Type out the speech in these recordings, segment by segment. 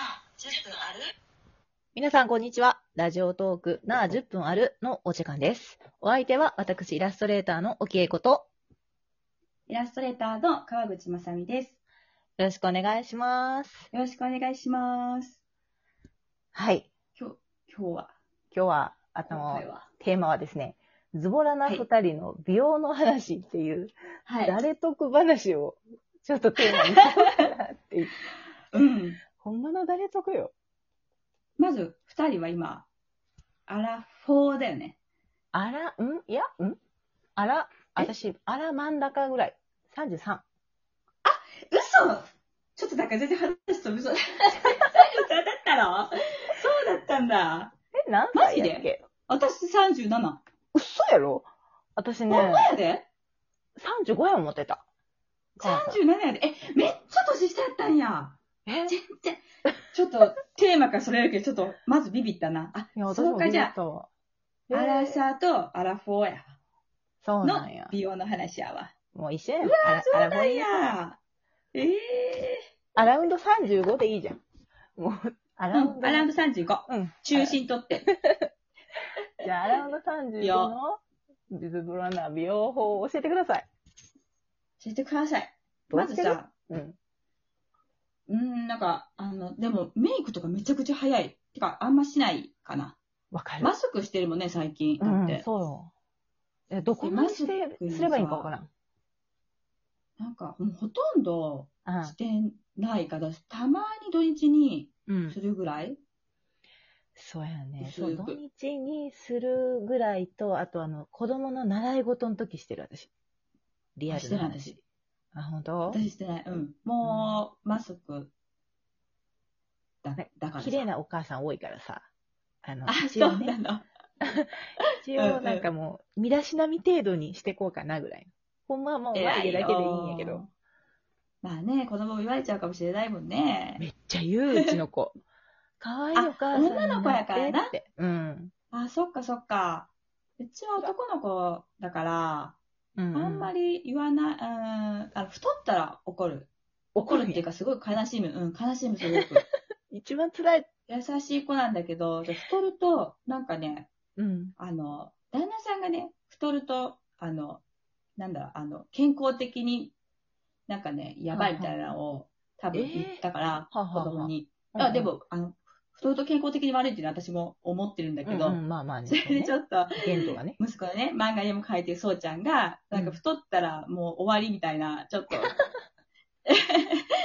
分ある皆さん、こんにちは。ラジオトーク、なあ10分あるのお時間です。お相手は、私、イラストレーターの沖江子と、イラストレーターの川口まさみです。よろしくお願いします。よろしくお願いします。はい。今日、今日は、今日は、あ今の回、は。テーマはですね、ズボラな二人の美容の話っていう、はい。誰得話を、ちょっとテーマにしようかなっていう。 うん。ほんまの誰得よ。まず、二人は今、アラフォーだよね。あら、んいや、んあら、え私、あら真ん中ぐらい。33。嘘ちょっとだから全然話と嘘。だったろそうだったんだ。え、何歳やっマジけ私37。嘘やろ私ほんねま、やで35や思ってた。 ?37 やで。え、めっちゃ年下やったんや。え全然。ちょっと、テーマからそれるけど、ちょっと、まずビビったな。いや、あ、私そうもか、ビビじっゃたわ。あ、アラサーとアラフォーや。そうなのんや。美容の話やわ。もう一緒やん。うあらあらそうなんや。ええアラウンド35でいいじゃん。もう、アー。ラウンうん、ド。アラウンド35。うん。中心とって。じゃあ、アラウンド35のビズブラな美容法を教えてください。教えてください。どうましずてるさ、うん。うーん、なんか、あの、でも、メイクとかめちゃくちゃ早い。てか、あんましないかな。わかる。マスクしてるもんね、最近。だうっん、て。そうよ。え、どこまでしてマスクにさすればいいんかわからん。なんか、もうほとんどうんしてないから、たまに土日にうんす。るぐらい。そうやね。薄そう、土く日にするぐらいと、あとあの、子供の習い事の時してる私。リアルなあして話。あ、本当私してない。うん。もう、マスク。だ、ねだからさ。綺麗なお母さん多いからさ。あの、あ、一そ応うなね、の。一応なんかもう、身だしなみ程度にしてこうかなぐらい。ほんまはもう眉毛だけでいいんやけ偉よど。。まあね、子供も言われちゃうかもしれないもんね。めっちゃ言う、うちの 子。可愛いお母さんになってって。あ女の子やからなうん。あ、そっかそっか。うちは男の子だから、うあん。んまり言わない、うん、あの太ったら怒る。怒るっていか。うか、すごい悲しむ。うん、悲しむ、すごく。一番辛い。優しい子なんだけど、じゃあ太ると、なんかね、うん。あの、旦那さんがね、太ると、あの、なんだろう、あの、健康的になんかね、やばいみたいなのを多分言ったから、えーはあはあはあ子供に。あ、でも、あの、太ると健康的に悪いっていうのは私も思ってるんだうん、けうん、ど、まあまあね。それ でちょっと、限度がね。息子のね、漫画にも描いてるそうちゃんが、なんうかん太ったらもう終わりみたいな、ちょっと、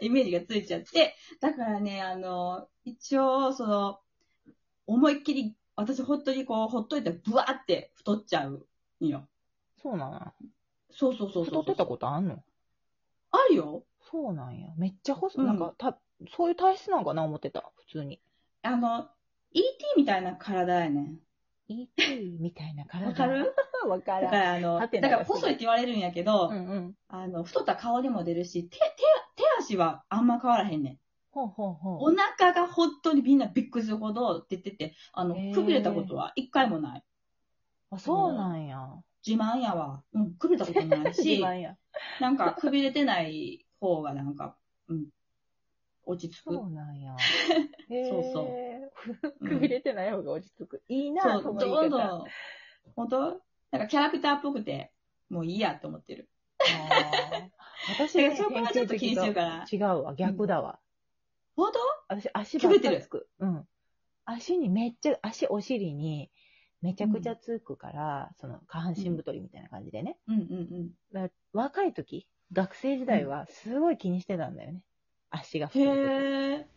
イメージがついちゃって、だからね、あの、一応、その、思いっきり、私本当にこう、ほっといたらブワーって太っちゃうんよ。そうなの。そうそうそうそう太ってたことあんのあるよ。そうなんや。めっちゃ細い。うんなんか、た、そういう体質なんかな思ってた。普通に。あの、ET みたいな体やねん。 ET みたいな体。わ かるわかだらかん。らあの、はだてかながら細いって言われるんやけど、うんうん。あの、太ったら顔にも出るし、手、手、手足はあんま変わらへんねん。ほうほうほおう。腹が本当にみんなびっくりするほど出てて、あのへー、くびれたことは一回もない。あ、そうなんや。自慢やわ。うん、くびれたことな いし、慢や。なんかくびれてない方がなんか、うん、落ち着く。そうなん や。へそうそうう くびれてない方が落ち着く。いいそな、う、そどんの言いど方。ん、本当なんかキャラクターっぽくて、もういいやと思ってる。あー私ね、だから そこはちょっと気にするから。違うわ、逆だわ。本当私、足ばくっびてかるつく。うん。足にめっちゃ、足、お尻に、めちゃくちゃつくから、その、下半身太りみたいな感じでね。うんうんだ若い時学生時代はすごい気にしてたんだよね、足がうん。太っててへえ。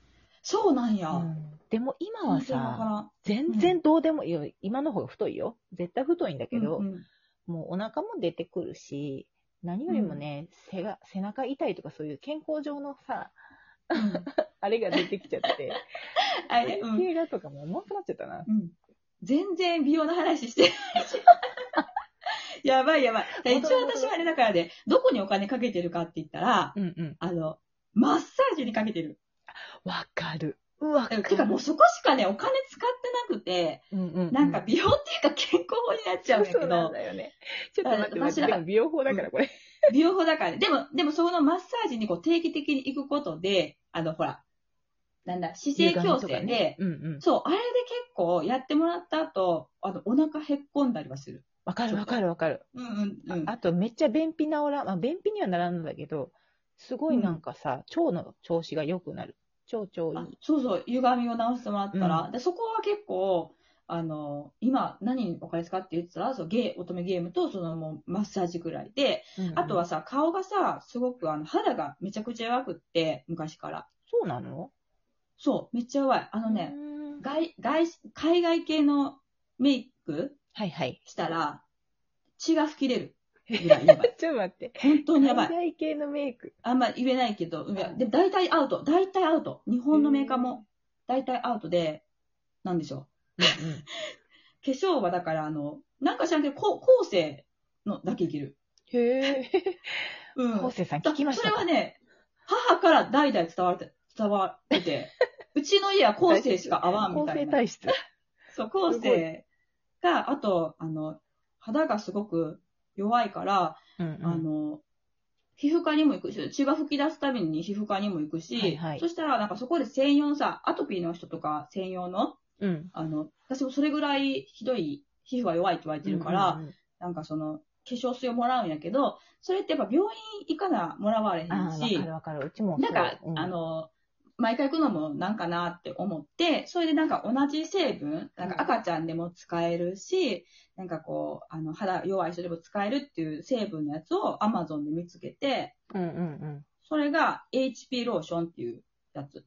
そうなんや。うんでも今は全然わさからん全然どうでもいいよ、今の方が太いよ絶対太いんだけど、うんうんもうお腹も出てくるし何よりもね、背が背中痛いとかそういう健康上のさうんあれが出てきちゃって あれ、うん。怪我とかも重くなっちゃったなうん全然美容の話してない し。やばいやばい。だ一応私はあれだからね、どこにお金かけてるかって言ったら、うんうんあの、マッサージにかけてる。わかるうわかえるてかもうそこしかね、お金使ってなくて、うんうんうなんか美容っていうか健康法になっちゃうんやけそうなんど、だよねちょっと待って待っ私らてでも美容法だからこれ、美容法だからね。でも、でもそのマッサージにこう定期的に行くことで、あの、ほら、なんだ、姿勢矯歪みとか正で、ねうんうん。そう、あれで結構やってもらった後、あの、お腹へっこんだりはする。わかるわかるわかる。うんうんうん。あと、めっちゃ便秘治らん、まあ、便秘にはならんのだけど、すごいなんかさ、腸の調子が良くなる。超超いあい。そうそう、歪みを直してもらったら、でそこは結構、あの、今、何にお金使って言ってたら、そうゲー乙女ゲームと、そのもう、マッサージぐらいで、うんうんあとは、さ、顔がさ、すごく、あの、肌がめちゃくちゃ弱くって、昔から。そうなのそう、めっちゃ弱い。あのね、ね外、外、海外系のメイクはいはい。したら、血が吹き出るぐらいやば い。ちょっと待って。本当にやばい。海外系のメイク。あんまり言えないけど、うんいやで大体アウト、大体アウト。日本のメーカーも大体アウトで、なんでしょうんうん。う。化粧はだから、あの、なんか知らんけど、こう後世のだけいける。へえ。うん。昴生さん聞きましただかそれはね、母から代々伝わって、伝わって て、うちの家は後世しか合わんみ構た成いな。体質。そう、後すご世が、あと、あの、肌がすごく弱いから、うんあの、皮膚科にも行くし、血が噴き出すために皮膚科にも行くし、はいはいそしたらなんかそこで専用のさ、アトピーの人とか専用の、うん。うん。あの、私もそれぐらいひどい皮膚が弱いって言われてるから、うんうんなんかその、化粧水をもらうんやけど、それってやっぱ病院行かなもらわれうへんん、ああ、わしか、るわかる。うちもそう。なんか、うんあ、の、毎回行くのもなんかなって思って、それでなんか同じ成分、なんか赤ちゃんでも使えるし、なんかこう、あの、肌弱い人でも使えるっていう成分のやつを Amazon で見つけて、うんうんそれが HP ローションっていうやつ。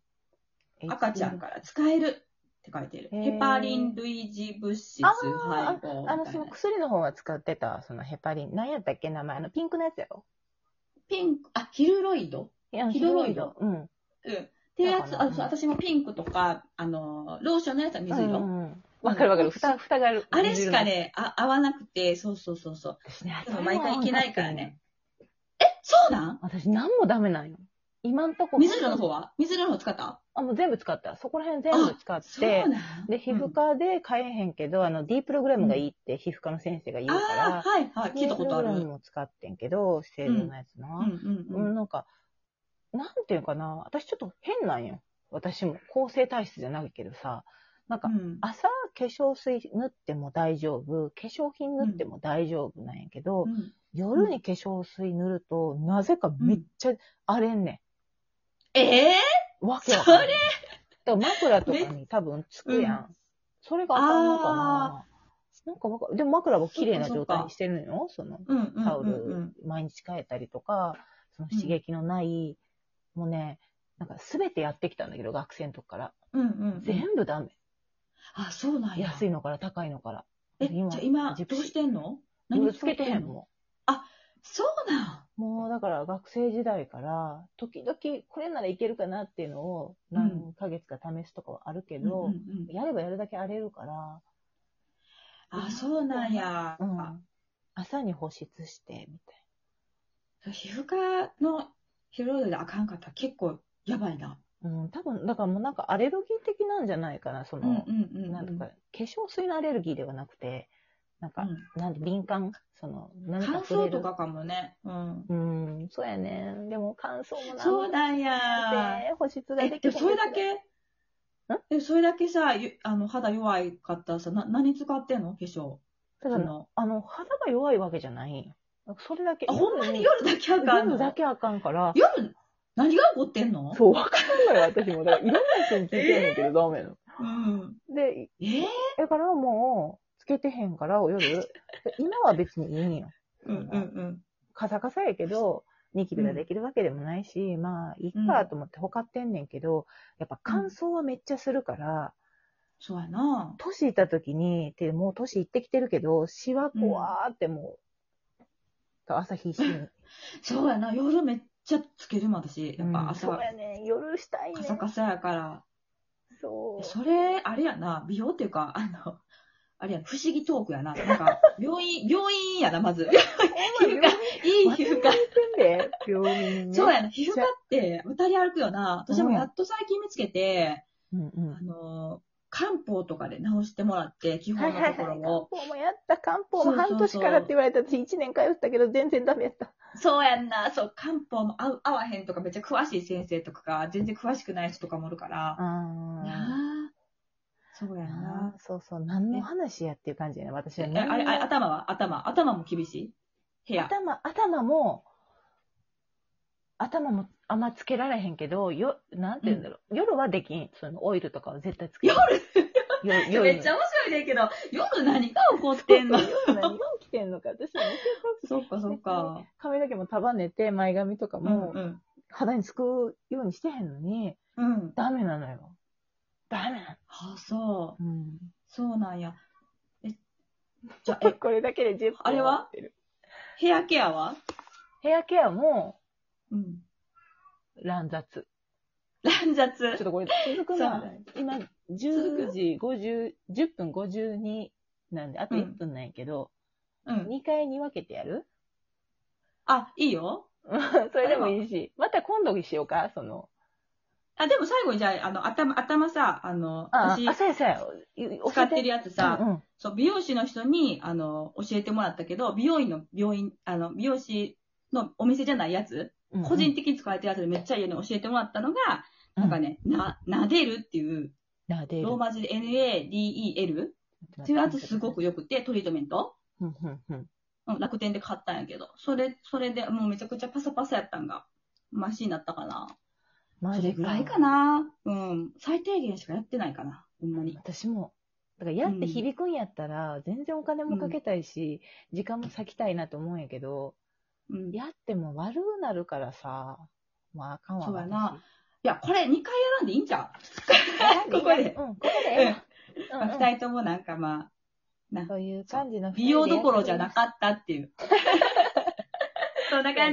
うん。赤ちゃん。から使えるって書いてる。へーヘパリン類似物質あ配合みたいな。あの、その薬の方は使ってた、そのヘパリン。何やったっけ名前。あの、ピンクのやつやろ。ピンク、あ、ヒルロイドいやあのヒドロヒイドドロうん。っていうやそうつ、かなあ、そう、私もピンクとか、あの、ローションのやつはイド。水色。うんうんうんわかるわかる。蓋、蓋がある。あれしか。ね、あ合わなくて、そうそうそうそう。私ね、でも毎回いけないからね。そうなん私、何もダメなんよ。今んとこ。水色の方は水色の方使ったあ、もう全部使った。そこら辺全部使っそうてな。んで、皮膚科科で買えへんけど、あの、D プログラムがいいって皮膚科の先生が言うから。ああー、はいはい。聞いたことあプログる。うラムんも使ってんけど、成分のやつな。うんうん。なんか、なんていうかな、私ちょっと変なんよ。私も、構成体質じゃないけどさ、なんか、うん朝化粧水塗っても大丈夫、化粧品塗っても大丈夫なんやけど、うん夜に化粧水塗ると、なぜかめっちゃ荒れんねええん。わけわかんない。だから枕とかに多分つくやん。うそれがあかんのかな。なんかわかでも枕は綺麗な状態にしてるのよ、その。うんうんタオうんうルん。毎日変えたりとか、その刺激のない、もうね、なんか全てやってきたんだけど、学生の時から。うんうん。全部ダメ。あ、そうなんや。安いのから高いのから。え、じ今ゃあ今、ジプどシーうしてんの夜つけてへんのもそうなんん。もうだから学生時代から、時々これならいけるかなっていうのを何ヶ月か試すとかはあるけど、うんうんうんやればやるだけ荒れるから、あ、そうなんや。うんあ朝に保湿して、みたい皮膚科のヒルロイドであかんかったら結構やばいな。な。うん、多分、だからもうなんかアレルギー的なんじゃないかな、そうんの、うんうん。なんとか、化粧水のアレルギーではなくて、なんか、うんなんて敏感その、何乾か触れ燥るとかかもね。うん。うん、そうやね。でも乾燥もなんそうだなんや。保湿がえ、できでへんもそれだけえ、それだけさ、ゆあの、肌弱いかったらさ、な、何使ってんの化粧。ただその、の、あの、肌が弱いわけじゃない。それだけ。あ、ほんまに夜夜だけあかんの夜だけあかんから。夜、何が起こってんのそう、わからんのよ、私も。だから、いろんな人に聞いてんねんけど、ダメなの。うん。で、えーだからもう、つけてへんから、夜。で今は別にいいんよ。うんうんうん。カサカサやけど、ニキビができるわけでもないし、まあ、いっかと思って他ってんねんけど、やっぱ乾燥はめっちゃするから、そうやな。年いった時に、ってもう年いってきてるけど、シワこわーってもう、朝必死に。そうやな。夜めっちゃつけるもん、私。やっうんぱ朝、そうやねん夜したいねカんサカサやから。そう。えそれ、あれやな、美容っていうか、あの、あれやな、不思議トークやな。なんか、病院、 病院やな、まず。皮膚科、いい皮膚科。で、病院ね。そうやな、皮膚科って渡り歩くよな。私もやっと最近見つけて、うんうんあの、漢方とかで治してもらって、基本のところを。漢方もやった。漢方も半そう年そうそうからって言われた私1年通ったけど全然ダメやった。そうやんな、そう、漢方も合う、合わへんとか、めっちゃ詳しい先生とかが、全然詳しくない人とかもおるから。あなあそうやんな。そうそう。何の話やっていう感じやね。私えはあね。れ、あれ、頭は頭。頭も厳しい部屋。頭、頭も、頭もあんまつけられへんけど、よ、なんて言うんだろう。夜はできん。そのオイルとかは絶対つけ夜よ夜夜 めっちゃ面白いねんけど、夜何が起こってんのそうそう夜何が起きてんのか。私は そっかそっか。髪の毛も束ねて、前髪とかうんもうん。肌につくようにしてへんのに、うん。ダメなのよ。ダメなあ、そう。の。うん。そうなんや。え、じゃあ、 え、これだけで10分あれは終わってるヘアケアはヘアケアもうん。乱雑。乱ちょっ雑。とこれ続くなそう。今、10時50、10分52なんで、あとうん1分なんやけど、うん。 2回に分けてや るあ、いいよ。それでもいいし、また今度にしようか、その。あ、でも最後にじゃあ、あの、頭、頭さ、あの、あ、私あ、、そうやそうや。使ってるややつさ、うんうん。そう、美容師の人に、あの、教えてもらったけど、美容院の、病院、あの、美容師のお店じゃないやつ、うんうん個人的に使われてるやつでめっちゃいいよね、教えてもらったのが、なんか。ね、な、なでるっていう、うんなでるローマ字で NADEL っていうやつすご。く良くて、トリートメント、うんうんうんうん、楽天で買ったんやけど、それ、それでもうめちゃくちゃパサパサやったんが、マシになったかな。マそジれぐらいか。な。うん、最低限しかやってないかな、ほんまに。私も。だからやって響くんやったら、全然お金もかけたいし、時間も割きたいなと思うんやけど、うん。いやっても悪うなるからさ、まああかんわ。そうやなや、これ2回選んでいいんちゃう私。ここでうん、ここで。うんまあ、うん二人ともなんかまあ、という感じの。 美容どころじゃなかったっていう。そんな感じ。